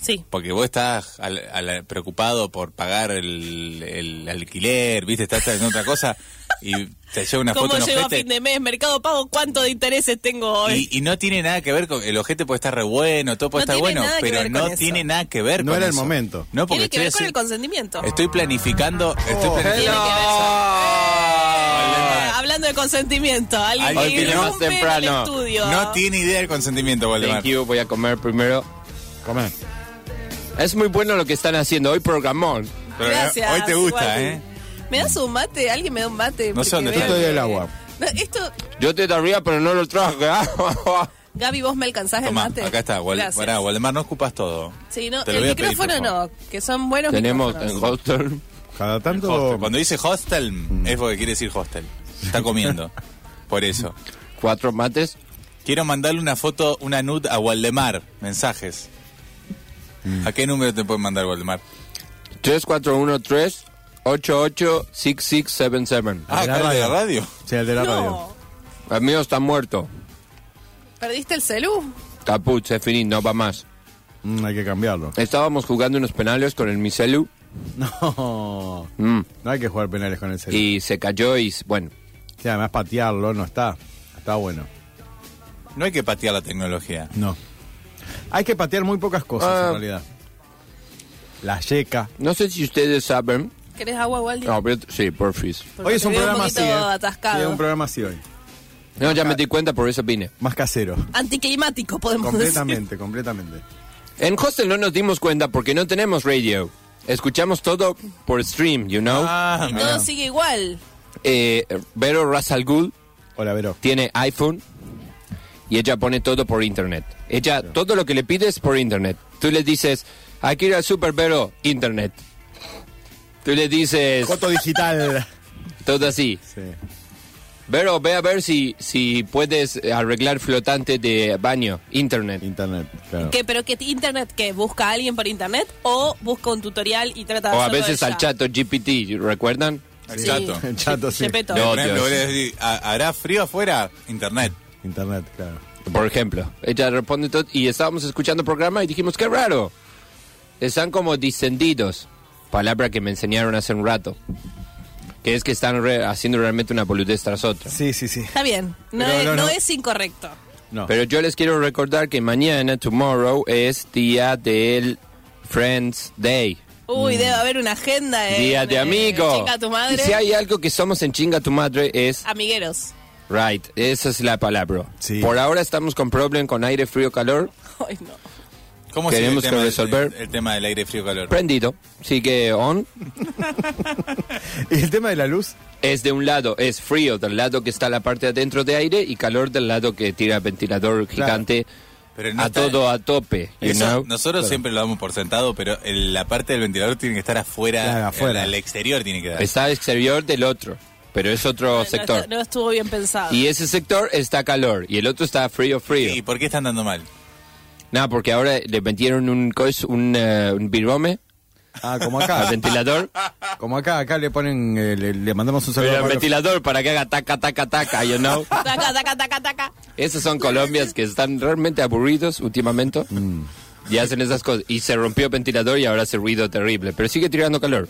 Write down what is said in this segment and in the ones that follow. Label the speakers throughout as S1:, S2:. S1: Sí.
S2: Porque vos estás al- al- preocupado por pagar el, el alquiler, ¿viste? Estás en otra cosa y te lleva una
S1: ¿Cómo
S2: foto en
S1: llego a
S2: ojete.
S1: fin de mes? Mercado Pago, ¿cuánto de intereses tengo hoy?
S2: Y, y no tiene nada que ver con. El ojete puede estar re bueno, todo puede
S1: No
S2: estar
S1: tiene
S2: bueno,
S1: nada que
S2: pero
S1: ver
S2: no
S1: con eso.
S2: tiene nada que ver
S3: No
S2: con
S3: era el
S2: eso.
S3: momento.
S2: No, porque
S1: Tiene que
S2: estoy,
S1: ver con
S2: haci-
S1: el consentimiento.
S2: estoy planificando. Estoy
S3: Oh.
S1: Tiene que
S2: planificando.
S1: ver-
S2: Valdemar.
S1: Eh, Hablando de consentimiento, alguien
S2: Alguien
S1: que
S2: que no
S1: irrumpe en el
S4: temprano.
S1: estudio.
S2: No tiene idea del consentimiento, Valdemar.
S4: Thank you, voy a comer primero.
S3: Come.
S4: Es muy bueno lo que están haciendo hoy, programón.
S2: Pero, eh,
S1: Gracias.
S2: hoy te gusta,
S1: Walter.
S2: ¿eh?
S1: ¿Me das un mate? ¿Alguien me da un mate?
S2: No sé dónde
S1: Porque
S2: está.
S1: veo
S3: Yo te doy el
S1: que-
S3: agua.
S1: No, esto,
S4: Yo te daría, pero no lo traje. ¿ah?
S1: Gaby, ¿vos me alcanzás
S2: Tomá,
S1: el mate?
S2: acá está. Wal-
S1: Gracias.
S2: Pará, Waldemar, no ocupas todo.
S1: Sí, no,
S2: Te lo
S1: el
S2: voy a pedir,
S1: micrófono
S2: por favor.
S1: no, que son buenos
S4: Tenemos en
S1: micrófonos.
S4: hostel.
S3: Cada tanto.
S2: Hostel. Cuando dice hostel, es porque quiere decir hostel. Está comiendo. Por eso.
S4: Cuatro mates.
S2: Quiero mandarle una foto, una nude a Waldemar. Mensajes. ¿A qué número te pueden mandar, Waldemar?
S4: 3413 886677.
S2: Ah,
S3: de
S2: acá
S3: la
S2: el de la
S3: radio.
S2: radio.
S3: Sí, el de la radio.
S1: No,
S4: El mío está muerto.
S1: ¿perdiste el celú?
S4: Caput, se finí, no va más.
S3: Mm, hay que cambiarlo.
S4: Estábamos jugando unos penales con el Micelu
S3: No.
S4: Mm.
S3: No hay que jugar penales con el celu.
S4: y se cayó y, bueno,
S3: Sí, además patearlo no está. Está bueno.
S2: No hay que patear la tecnología.
S3: No. Hay que patear muy pocas cosas
S4: Ah.
S3: en realidad. La yeca.
S4: no sé si ustedes saben.
S1: ¿Querés agua, Waldi?
S4: No, pero- sí, porfis.
S1: Porque
S3: hoy es
S1: te
S3: un
S1: veo
S3: programa
S1: poquito
S3: así. ¿eh?
S1: atascado.
S3: Sí, es un programa así hoy.
S4: No, ya me di cuenta, por eso vine.
S3: Más casero.
S1: Anticlimático, podemos decir.
S3: Completamente, completamente.
S4: En hostel no nos dimos cuenta porque no tenemos radio. Escuchamos todo por stream, you know.
S2: Ah,
S1: Y
S2: mira.
S1: todo sigue igual.
S4: Eh, Vero Rasalgul
S3: Hola, Vero.
S4: tiene iPhone y ella pone todo por internet. Ella, todo lo que le pides por internet. Tú le dices, hay que ir al super Vero, internet. Tú le dices,
S3: Coto digital.
S4: todo así.
S3: Sí.
S4: Vero, ve a ver si, si puedes arreglar flotante de baño, internet.
S3: Internet, claro.
S1: ¿Qué, ¿Pero qué internet? ¿Qué? ¿Busca a alguien por internet o busca un tutorial y trata de
S4: O a
S1: hacerlo
S4: veces
S1: Ah, ella?
S4: al chato GPT, ¿recuerdan?
S2: El chato.
S3: Chato, sí.
S1: Gepetto.
S4: No,
S2: Por ejemplo,
S4: Dios.
S2: vos le decís, "Ha- ¿hará frío afuera? Internet.
S3: Internet, claro.
S4: Por ejemplo, ella responde todo y estábamos escuchando el programa y dijimos, qué raro. Están como descendidos. Palabra que me enseñaron hace un rato. Que es que están re- haciendo realmente una boludez tras otra.
S3: Sí, sí, sí.
S1: Está bien, no,
S3: Pero
S1: es,
S3: no,
S1: no
S3: no.
S1: es incorrecto.
S3: No.
S4: Pero yo les quiero recordar que mañana, tomorrow, es día del Friends Day.
S1: Uy, debe haber una agenda. en,
S4: Mm. Día de
S1: eh,
S4: amigos.
S1: Chinga tu madre.
S4: Y si hay algo que somos en chinga tu madre es
S1: Amigueros.
S4: right. Esa es la palabra.
S3: Sí.
S4: Por ahora estamos con problem con aire frío calor
S1: Ay, no.
S4: Oh,
S2: ¿Cómo sigue
S4: Tenemos
S2: el
S4: que
S2: tema, del-
S4: resolver.
S2: El, tema del aire frío calor.
S4: prendido. Sigue on.
S3: ¿Y el tema de la luz?
S4: Es de un lado es frío del lado que está la parte adentro de aire y calor del lado que tira el ventilador gigante
S2: Pero no
S4: a
S2: está-
S4: todo a tope. you
S2: Eso
S4: know?
S2: nosotros siempre lo damos por sentado, pero el- la parte del ventilador tiene que estar afuera,
S3: Claro, afuera.
S2: Al, exterior tiene que dar.
S4: Está exterior del otro, pero es otro
S1: No,
S4: sector.
S1: No, estuvo bien pensado.
S4: Y ese sector está calor y el otro está frío frío.
S2: ¿Y por qué están dando mal?
S4: Nada, porque ahora le metieron un cois, un, eh, un birome
S3: Ah, como
S4: al
S3: acá.
S4: ventilador.
S3: como acá, acá le ponen, eh, le, le mandamos un saludo.
S4: Pero
S3: a
S4: el
S3: Pablo-
S4: ventilador para que haga taca, taca, taca, you know.
S1: Taca, taca, taca, taca.
S4: Esas son Colombias que están realmente aburridos últimamente. Y hacen esas cosas. Y se rompió el ventilador y ahora hace ruido terrible. Pero sigue tirando calor.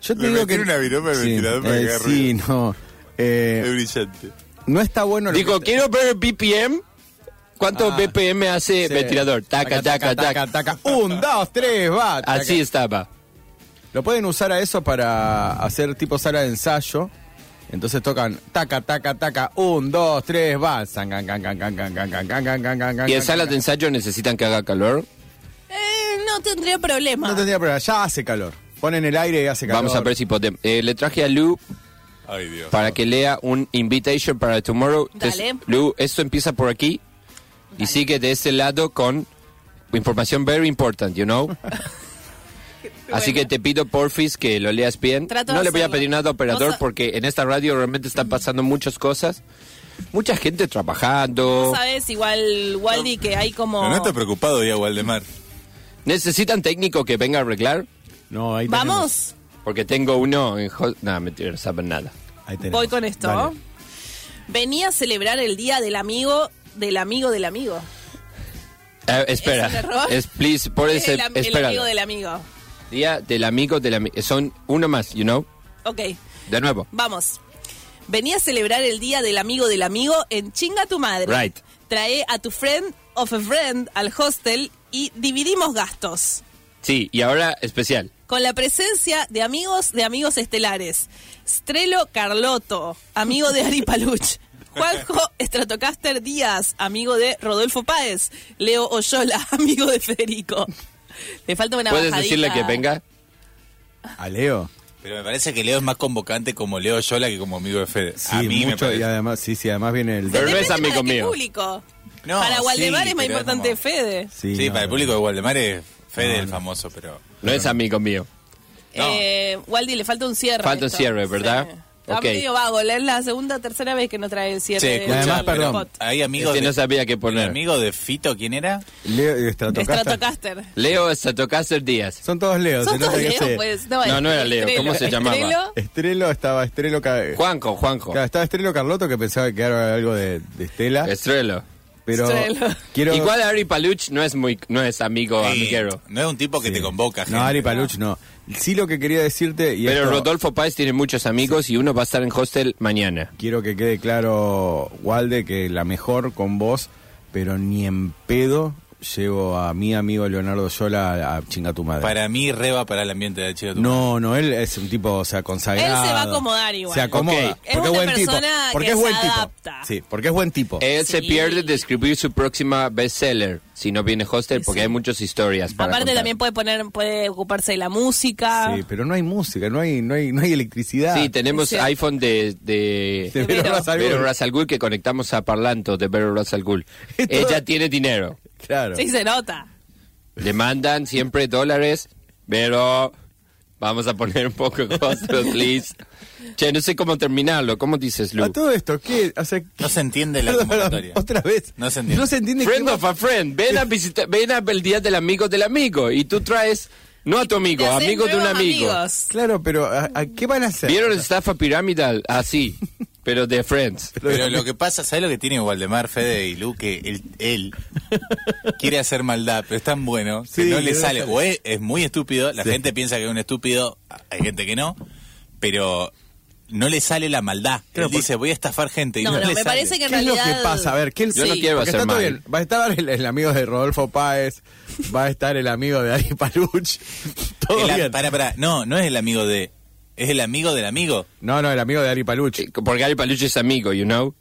S3: Yo
S2: Le
S3: te digo que...
S2: metieron una viroma al
S3: sí,
S2: ventilador para
S3: eh,
S2: que haga
S3: Sí,
S2: ruido.
S3: no. Eh,
S2: brillante.
S3: no está bueno lo
S4: Digo,
S3: que-
S4: quiero ver el BPM. ¿Cuánto BPM hace
S3: Sí.
S4: ventilador? Ah. Taca, taca, taca.
S3: taca. Un, dos, tres, va. taca.
S4: Así estaba.
S3: Lo pueden usar a eso para hacer tipo sala de ensayo. Entonces tocan taca, taca, taca, un, dos, tres, va. San, can, can, can, can, can, can, can, can, can, can, can,
S4: Y en
S3: can,
S4: salas
S3: can.
S4: de ensayo necesitan que haga calor.
S1: Eh, no tendría problema.
S3: No tendría problema, ya hace calor. Ponen el aire y hace calor.
S4: Vamos a ver si podemos. Eh, le traje a Lu
S2: Ay, Dios.
S4: para que lea un invitation para tomorrow. Entonces,
S1: Dale.
S4: Lu, esto empieza por aquí y sigue de este lado con información very important, you know. Así que te pido porfis que lo leas bien.
S1: Trato de
S4: no le voy a
S1: hacerlo.
S4: pedir nada a operador
S1: Vos sa-
S4: porque en esta radio realmente están pasando muchas cosas. Mucha gente trabajando.
S1: Vos sabés, igual, Waldi, que hay como...
S2: Pero no está preocupado ya, Waldemar.
S4: Necesitan técnico que venga a arreglar
S3: No, ahí tenemos.
S1: Vamos,
S4: porque tengo uno en hot- Nah, mentira, no saben nada.
S3: Ahí tenemos.
S1: voy con esto.
S3: Dale.
S1: Venía a celebrar el Día del Amigo, del Amigo, del Amigo.
S4: Eh, espera,
S1: ¿Es el error?
S4: es please, por
S1: Es
S4: ese,
S1: el, am- el
S4: espera.
S1: amigo del amigo.
S4: Día del amigo del amigo. Son uno más, you know.
S1: Ok,
S4: De nuevo.
S1: vamos. Venía a celebrar el día del amigo del amigo en Chinga tu madre.
S4: Right.
S1: Trae a tu friend of a friend al hostel y dividimos gastos.
S4: Sí, y ahora especial.
S1: Con la presencia de amigos de amigos estelares. Strelo Carlotto, amigo de Ari Paluch. Juanjo Stratocaster Díaz, amigo de Rodolfo Páez. Leo Oyola, amigo de Federico. Le falta una
S4: ¿Puedes
S1: bajadita.
S4: decirle que venga?
S3: A Leo.
S2: Pero me parece que Leo es más convocante como Leo Yola que como amigo de Fede.
S3: Sí,
S2: a mí me
S3: mucho,
S2: parece.
S3: y además, sí, sí, además viene el...
S4: Pero no
S1: Depende
S4: es amigo
S1: para qué
S4: mío.
S1: público.
S2: No,
S1: para
S2: sí,
S1: Waldemar es más
S2: pero es
S1: importante
S2: como-
S1: Fede.
S2: Sí,
S3: no,
S2: para el
S3: no.
S2: público de Waldemar es Fede
S3: No,
S2: el
S3: no.
S2: famoso, pero...
S4: No es amigo mío.
S2: No.
S1: Eh, Waldi, le falta un cierre.
S4: Falta un
S1: esto.
S4: cierre, ¿verdad?
S1: Está
S4: Ok.
S1: medio vago. la- Es la segunda o tercera vez que no trae el cierre.
S2: Che,
S1: del-
S2: escucha,
S3: además,
S1: del
S3: perdón.
S1: spot.
S2: Hay amigos
S4: Este
S2: de...
S4: no sabía qué
S2: ¿El
S4: poner.
S2: amigo de Fito quién era?
S3: Leo y Stratocaster.
S1: Stratocaster.
S4: Leo Satocaster Díaz.
S3: Son todos Leos.
S1: ¿Son
S3: se nota
S1: todos
S3: que
S1: Leo?
S3: sé.
S1: Pues,
S4: No, no era Leo, ¿cómo se llamaba?
S1: Estrelo.
S3: Estrelo estaba Estrelo... Ca-
S4: Juanjo, Juanjo.
S3: Claro, estaba Estrelo Carlotto que pensaba que era algo de, de Estela.
S4: Estrelo.
S3: Pero
S1: Estrelo.
S3: quiero...
S4: Igual Ari Paluch no es muy, no es amigo
S2: Sí,
S4: amiguero.
S2: No es un tipo que te convoca, gente.
S3: No, Ari Paluch no. Sí lo que quería decirte... Y
S4: Pero
S3: esto
S4: Rodolfo Páez tiene muchos amigos y uno va a estar en hostel mañana.
S3: Quiero que quede claro, Walde, que la mejor con vos, pero ni en pedo llevo a mi amigo Leonardo Yola a, a chinga tu madre.
S2: Para mí reba para el ambiente de Chido.
S3: No, no, él es un tipo, o sea, consagrado.
S1: Él se va a acomodar igual.
S3: Se acomoda.
S4: Ok.
S1: Es
S3: Porque
S1: una
S3: buen tipo.
S1: persona
S3: Porque
S1: que
S3: es buen
S1: se
S3: tipo.
S1: adapta.
S3: Sí, porque es buen tipo.
S4: Él se
S1: Sí.
S4: pierde de escribir su próxima bestseller si no viene hostel porque hay muchas historias. Para
S1: Aparte
S4: contar.
S1: también puede poner, puede ocuparse de la música.
S3: Sí, pero no hay música, no hay, no hay, no hay electricidad.
S4: Sí, tenemos
S1: Sí.
S4: iPhone de, de,
S3: De Vero
S1: Vero.
S3: Razalgul.
S4: Vero Razalgul que conectamos a Parlanto de Vero Razalgul. Ella tiene dinero.
S3: Claro.
S1: Sí, se nota.
S4: Le mandan siempre dólares, pero vamos a poner un poco de costos, please. Che, no sé cómo terminarlo. ¿Cómo dices,
S3: A
S4: Lu?
S3: todo esto, ¿qué? O sea,
S2: No se entiende la
S3: perdón,
S2: convocatoria.
S3: Otra vez.
S2: No se entiende.
S3: No se entiende
S4: Friend
S3: qué-
S4: of a friend. Ven a visitar, ven a el día del amigo del amigo. Y tú traes, no a tu amigo,
S1: Te hacen
S4: amigo de un
S1: nuevos
S4: amigo.
S1: amigos.
S3: Claro, pero ¿a, a qué van a hacer?
S4: ¿Vieron el estafa piramidal? Así, pero de friends.
S2: Pero lo que pasa, ¿sabes lo que tiene Waldemar, Fede y Lu? Que él, él quiere hacer maldad, pero es tan bueno que
S3: Sí,
S2: no le
S3: no
S2: sale.
S3: sale.
S2: O es, es muy estúpido, la gente piensa que es un estúpido, hay gente que no, pero no le sale la maldad.
S3: Claro,
S2: él
S3: porque-
S2: dice, voy a estafar gente. Y
S1: No,
S2: no,
S1: no,
S2: le
S1: me
S2: sale.
S1: parece que en
S3: ¿Qué es lo
S1: realidad...
S3: que pasa? A ver, ¿qué
S4: Yo no
S1: Sí.
S4: quiero
S3: Porque
S4: hacer
S3: está todo
S4: mal.
S3: bien. Va a estar el, el amigo de Rodolfo Páez, va a estar el amigo de Ari Paluch. Todo
S2: El a-
S3: bien.
S2: pará, pará, no, no es el amigo de... Es el amigo del amigo.
S3: No, no, el amigo de Ari Paluch.
S4: Eh, Porque Ari Paluch es amigo, you know,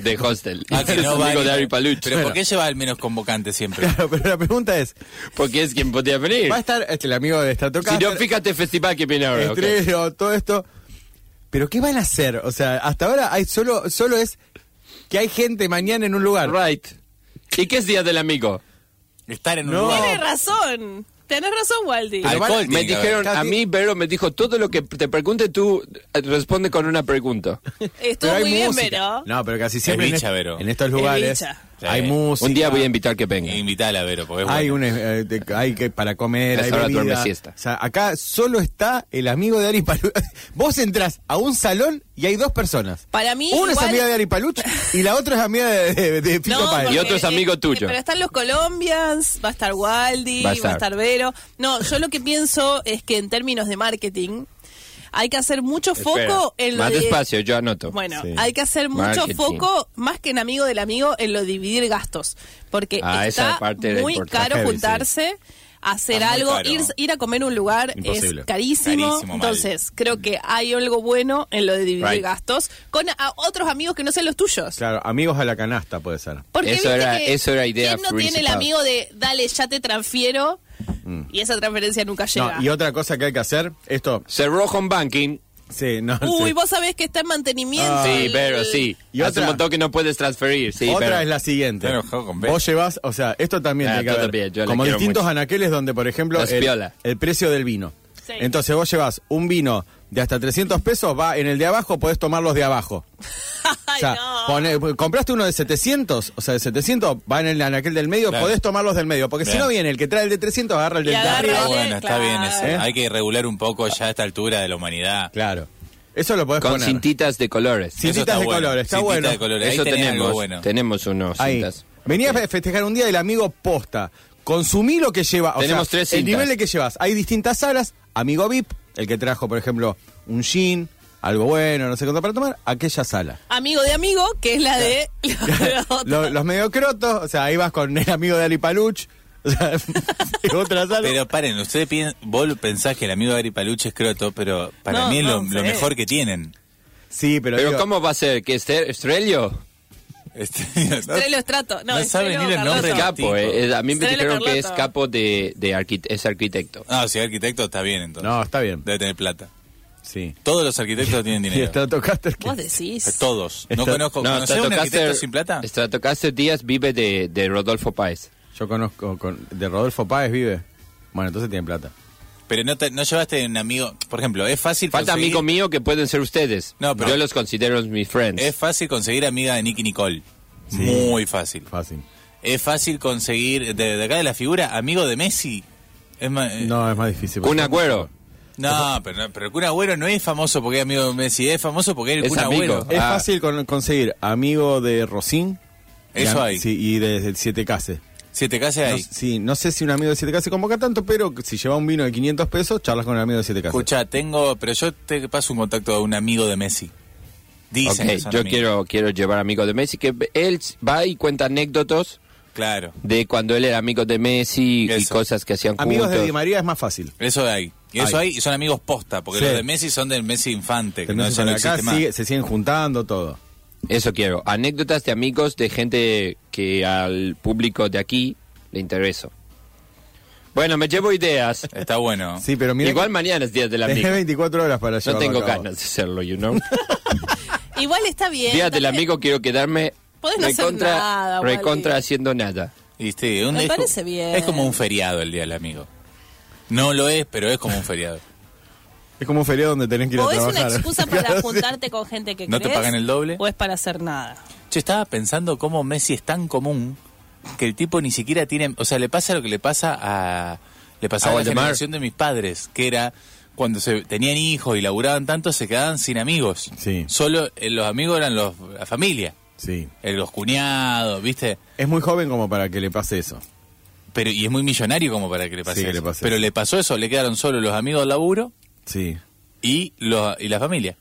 S4: de hostel.
S2: Ah, que
S4: es
S2: no va
S4: amigo
S2: ni-
S4: de Ari Paluch.
S2: Pero ¿por qué lleva al menos convocante siempre?
S3: Claro, pero la pregunta es,
S4: Porque es quien podía venir.
S3: va a estar este, el amigo de Stratocaster,
S4: Si no, fíjate el festival que viene ahora. ok.
S3: Estrello, todo esto. Pero ¿qué van a hacer? O sea, hasta ahora hay solo solo es que hay gente mañana en un lugar.
S4: Right. ¿Y qué es día del amigo?
S2: Estar en un
S3: No.
S2: lugar.
S1: Tienes razón. Tenés razón, Waldi.
S2: Alcohol
S4: Además,
S2: tiene
S4: me
S2: que
S4: dijeron,
S3: haber.
S4: a mí, Vero me dijo, todo lo que te pregunte tú, eh, responde con una pregunta.
S1: Estuvo muy bien,
S3: música.
S1: pero...
S3: No, pero casi siempre en,
S2: bicha,
S3: est-
S2: Vero.
S3: en estos
S1: Es
S3: lugares
S1: bicha.
S3: hay
S2: Sí.
S3: música.
S4: Un día voy a invitar que venga.
S2: Invitala, Vero, porque es
S3: hay
S2: bueno.
S3: un, eh, de- hay que para comer,
S4: A
S3: hay
S4: esa hora
S3: bebida.
S4: duerme siesta.
S3: O sea, acá solo está el amigo de Ari Paluch. Vos entras a un salón y hay dos personas.
S1: Para mí,
S3: Una es
S1: igual-
S3: amiga de Ari Paluch y la otra es amiga de, de, de Fito Páez.
S4: porque-
S1: porque,
S4: Y otro es amigo
S1: eh,
S4: tuyo.
S1: eh, Pero están los colombians, va a estar Waldi,
S4: Va
S1: va
S4: a
S1: a
S4: estar.
S1: estar, Vero. No, yo lo que pienso es que en términos de marketing hay que hacer mucho foco
S4: Espera,
S1: en lo
S4: Más
S1: de-
S4: despacio, yo anoto.
S1: Bueno,
S3: Sí.
S1: hay que hacer mucho
S4: Marketing.
S1: foco, más que en amigo del amigo, en lo de dividir gastos. Porque
S4: Ah, esa
S1: está
S4: parte era
S1: muy
S4: importante.
S1: caro
S3: Heavy, sí.
S1: juntarse, hacer
S2: Está muy
S1: algo,
S2: caro.
S1: ir, ir a comer a un lugar
S3: Imposible.
S1: es carísimo.
S2: Carísimo, mal.
S1: Entonces, creo que hay algo bueno en lo de dividir
S4: Right.
S1: gastos con a- otros amigos que no sean los tuyos.
S3: Claro, amigos a la canasta puede ser.
S1: Porque
S4: Eso
S1: viste
S4: era-
S1: que
S4: eso era idea
S1: ¿Quién no tiene el
S4: principal. Mm.
S1: amigo de dale, ya te transfiero? Y esa transferencia nunca llega.
S3: No, y otra cosa que hay que hacer, esto,
S4: Cerró Home Banking.
S3: sí, no,
S1: Uy,
S3: sí.
S1: vos sabés que está en mantenimiento.
S4: Ah, Sí,
S1: el-
S4: pero sí.
S3: Y
S4: Hace
S3: otra-
S4: un montón que no puedes transferir. Sí,
S3: Otra
S4: pero-
S3: es la siguiente.
S2: Está enojado con Beto.
S3: Vos llevas, o sea, esto también
S4: Ah,
S3: tiene que
S4: yo
S3: haber.
S4: también, yo la
S3: como
S4: quiero
S3: distintos
S4: mucho.
S3: anaqueles donde, por ejemplo,
S4: Las
S3: el,
S4: piola.
S3: el precio del vino.
S1: Sí.
S3: Entonces vos llevas un vino de hasta 300 pesos, va en el de abajo, podés tomar los de abajo.
S1: Ay,
S3: o sea,
S1: no.
S3: pone- compraste uno de 700, o sea, de 700, va en el anaquel del medio,
S2: Claro.
S3: podés tomar los del medio. Porque si
S2: Bien.
S3: no viene el que trae el de 300, agarra el
S1: Y
S3: del de
S2: Está
S1: agarra
S3: arriba.
S1: Agárrale,
S2: bueno, está
S1: claro.
S2: bien eso.
S3: ¿Eh?
S2: Hay que regular un poco ya a esta altura de la humanidad.
S3: Claro. Eso lo podés
S4: Con
S3: poner.
S4: cintitas de colores.
S3: Sí. Cintitas
S2: Eso está
S3: de
S2: bueno.
S3: colores, está
S2: Cintitas
S3: bueno.
S2: de colores.
S4: Eso
S2: Ahí tenés algo
S4: tenemos.
S2: bueno.
S4: Tenemos unos
S3: Ahí.
S4: cintas.
S3: Venía a festejar un día del amigo posta. Consumí lo que lleva. O
S4: Tenemos
S3: sea,
S4: tres
S3: El
S4: cintas.
S3: nivel de que llevas. Hay distintas salas. Amigo VIP, el que trajo, por ejemplo, un gin, algo bueno, no sé cuánto para tomar. Aquella sala.
S1: Amigo de amigo, que es la de los,
S3: Lo- los medio crotos, o sea, ahí vas con el amigo de Ali Paluch. O sea, en otra sala.
S2: Pero paren, ustedes piensan, vos pensás que el amigo de Ari Paluche es croto, pero para
S1: No,
S2: mí es lo,
S1: no,
S2: lo
S1: sí.
S2: mejor que tienen.
S3: sí, pero.
S4: Pero
S3: digo,
S4: ¿cómo va a ser? ¿Que Estre- Estrelio?
S2: Este, no-
S1: Estrelo Estrato. No,
S2: No saben
S1: Estrelo
S2: ni el
S1: Carlotto.
S2: nombre de la-
S4: Capo, eh. Eh, A mí me
S1: Estrella
S4: dijeron que es
S1: Carlotto.
S4: capo de, de arquit- es arquitecto.
S2: Ah, si es arquitecto está bien entonces.
S3: No, está bien.
S2: Debe tener plata.
S3: Sí.
S2: Todos los arquitectos tienen
S3: Y
S2: dinero.
S3: está tocaste.
S1: Vos decís.
S2: Todos. No
S3: Está-
S2: conozco. ¿Conocés a un arquitecto sin plata?
S4: Stratocaster Díaz vive de, de Rodolfo Páez.
S3: Yo conozco. con- de Rodolfo Páez vive. Bueno, entonces tiene plata.
S2: Pero no, te- no llevaste un amigo. Por ejemplo, es fácil.
S4: Falta
S2: conseguir-
S4: amigo mío que pueden ser ustedes.
S2: No, pero-
S4: Yo los considero mis friends.
S2: Es fácil conseguir amiga de Nicky Nicole. Muy fácil.
S3: Fácil.
S2: Es fácil conseguir, de, de acá de la figura, amigo de Messi. Es ma- eh,
S3: No, es más difícil.
S4: Un agüero.
S2: no, pero, no- pero el Kun Agüero no es famoso porque es amigo de Messi, es famoso porque es el
S4: Es
S2: Kun
S4: amigo.
S2: Agüero.
S3: Es
S4: Ah.
S3: fácil con- conseguir amigo de Rocín.
S2: Eso
S3: y a-
S2: hay.
S3: Sí, y de, de Siete Cases.
S2: Siete Casas
S3: No,
S2: ahí.
S3: sí, no sé si un amigo de Siete Cases convoca tanto, pero si lleva un vino de 500 pesos, charlas con un amigo de Siete Cases.
S2: Escucha, tengo, pero yo te paso un contacto de un amigo de Messi. Dicen que
S4: Ok,
S2: son
S4: yo
S2: amigos.
S4: quiero, quiero llevar amigo de Messi, que él va y cuenta anécdotas
S2: Claro,
S4: de cuando él era amigo de Messi y
S2: Eso.
S4: cosas que hacían
S3: Amigos de
S4: juntos.
S3: Di María es más fácil.
S2: eso hay. Y eso hay, y son amigos posta, porque
S3: Sí.
S2: los de Messi son del Messi Infante, que no,
S3: Entonces,
S2: ya no
S3: acá
S2: existe más.
S3: sigue- se siguen juntando todo.
S4: Eso quiero. Anécdotas de amigos de gente que al público de aquí le interesó. Bueno, me llevo ideas.
S2: Está bueno.
S3: Sí, pero mira.
S4: Igual
S3: que-
S4: mañana es Día del
S3: tenés
S4: Amigo.
S3: 24 horas para
S4: No
S3: llevarlo
S4: tengo
S3: a cabo.
S4: ganas de hacerlo, you know.
S1: Igual está bien.
S4: Día del
S1: también.
S4: Amigo quiero quedarme
S1: Podés no hacer
S4: recontra,
S1: nada, Wally.
S4: recontra haciendo nada.
S2: Y sí, un-
S1: Me
S2: es co-
S1: parece bien.
S2: Es como un feriado el Día del Amigo. No lo es, pero es como un feriado.
S3: Es como un feriado donde tenés que ir a
S1: O es
S3: trabajar.
S1: una excusa para
S3: Claro,
S1: juntarte con gente que
S2: ¿No te
S1: querés,
S2: pagan el doble?
S1: O es para hacer nada.
S2: Yo estaba pensando cómo Messi es tan común que el tipo ni siquiera tiene, o sea, le pasa lo que le pasa a le pasaba a
S4: A
S2: la
S4: Waldemar.
S2: generación de mis padres, que era cuando se tenían hijos y laburaban tanto se quedaban sin amigos.
S3: Sí.
S2: Solo eh, los amigos eran los la familia,
S3: sí. Sí.
S2: eh, los cuñados, ¿viste?
S3: Es muy joven como para que le pase eso.
S2: Pero y es muy millonario como para que le pase,
S3: Sí, que
S2: eso.
S3: le pase
S2: Pero
S3: eso.
S2: le pasó eso, le quedaron solo los amigos del laburo
S3: Sí.
S2: y los y la familia.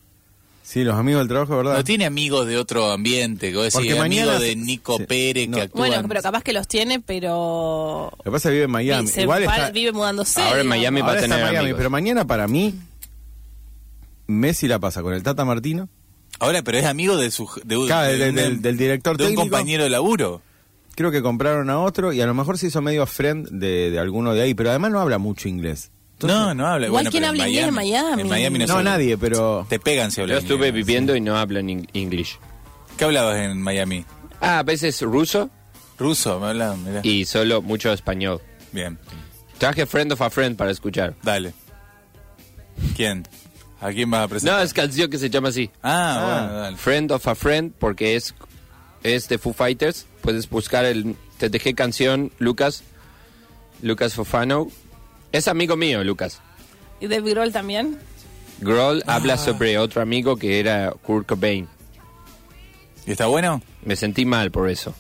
S3: Sí, los amigos del trabajo, ¿verdad?
S2: No tiene amigos de otro ambiente, que vos
S3: Ah. Porque
S2: decís, amigo
S3: mañana-
S2: de Nico
S3: sí,
S2: Pérez
S3: no.
S2: que actúa.
S1: Bueno, pero capaz que los tiene, pero.
S3: Lo que pasa es que vive en Miami.
S1: se
S3: Igual
S1: va-
S3: está,
S1: vive mudándose.
S4: Ahora en
S1: digamos.
S4: Miami- va a
S3: ahora está
S4: tener
S3: Miami,
S4: amigos.
S3: pero mañana para mí Messi la pasa con el Tata Martino.
S2: Ahora, pero es amigo de su de, un-
S3: Claro,
S2: de
S3: del-
S2: un-
S3: del- del director
S2: de
S3: técnico.
S2: un compañero de laburo.
S3: Creo que compraron a otro y a lo mejor se hizo medio friend de, de alguno de ahí, pero además no habla mucho inglés.
S2: no, no habla.
S1: Igual,
S2: bueno,
S1: ¿quién
S2: pero
S1: habla inglés en Miami?
S2: En Miami no,
S3: No,
S2: se-
S3: nadie, pero
S2: Te pegan si
S4: Yo
S2: hablas.
S4: estuve
S2: inglés.
S4: viviendo y no hablo en ing- English.
S2: ¿Qué hablabas en Miami?
S4: Ah, a veces ruso
S2: Ruso, me hablaban. mirá.
S4: y solo mucho español.
S2: Bien,
S4: Traje Friend of a Friend para escuchar.
S2: dale. ¿Quién? ¿A quién vas a presentar?
S4: No, es canción que se llama así.
S2: Ah, bueno, dale.
S4: Friend of a Friend porque es, es de Foo Fighters. Puedes buscar el... Te dejé canción, Lucas. Lucas Fofano. Es amigo mío, Lucas.
S1: ¿Y Dave Grohl también?
S4: Grohl habla sobre otro amigo que era Kurt Cobain.
S2: ¿Y está bueno?
S4: Me sentí mal por eso.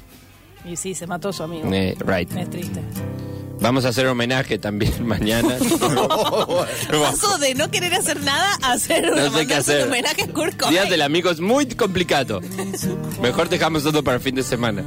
S1: Y sí, se mató su amigo.
S4: Eh, right.
S1: Es triste.
S4: Vamos a hacer homenaje también mañana.
S1: Paso de no querer hacer nada a hacer una-
S4: No sé
S1: mandarse
S4: qué
S1: un
S4: hacer.
S1: homenaje a Kurt Cobain.
S4: Día del amigo es muy complicado. Mejor dejamos todo para fin de semana.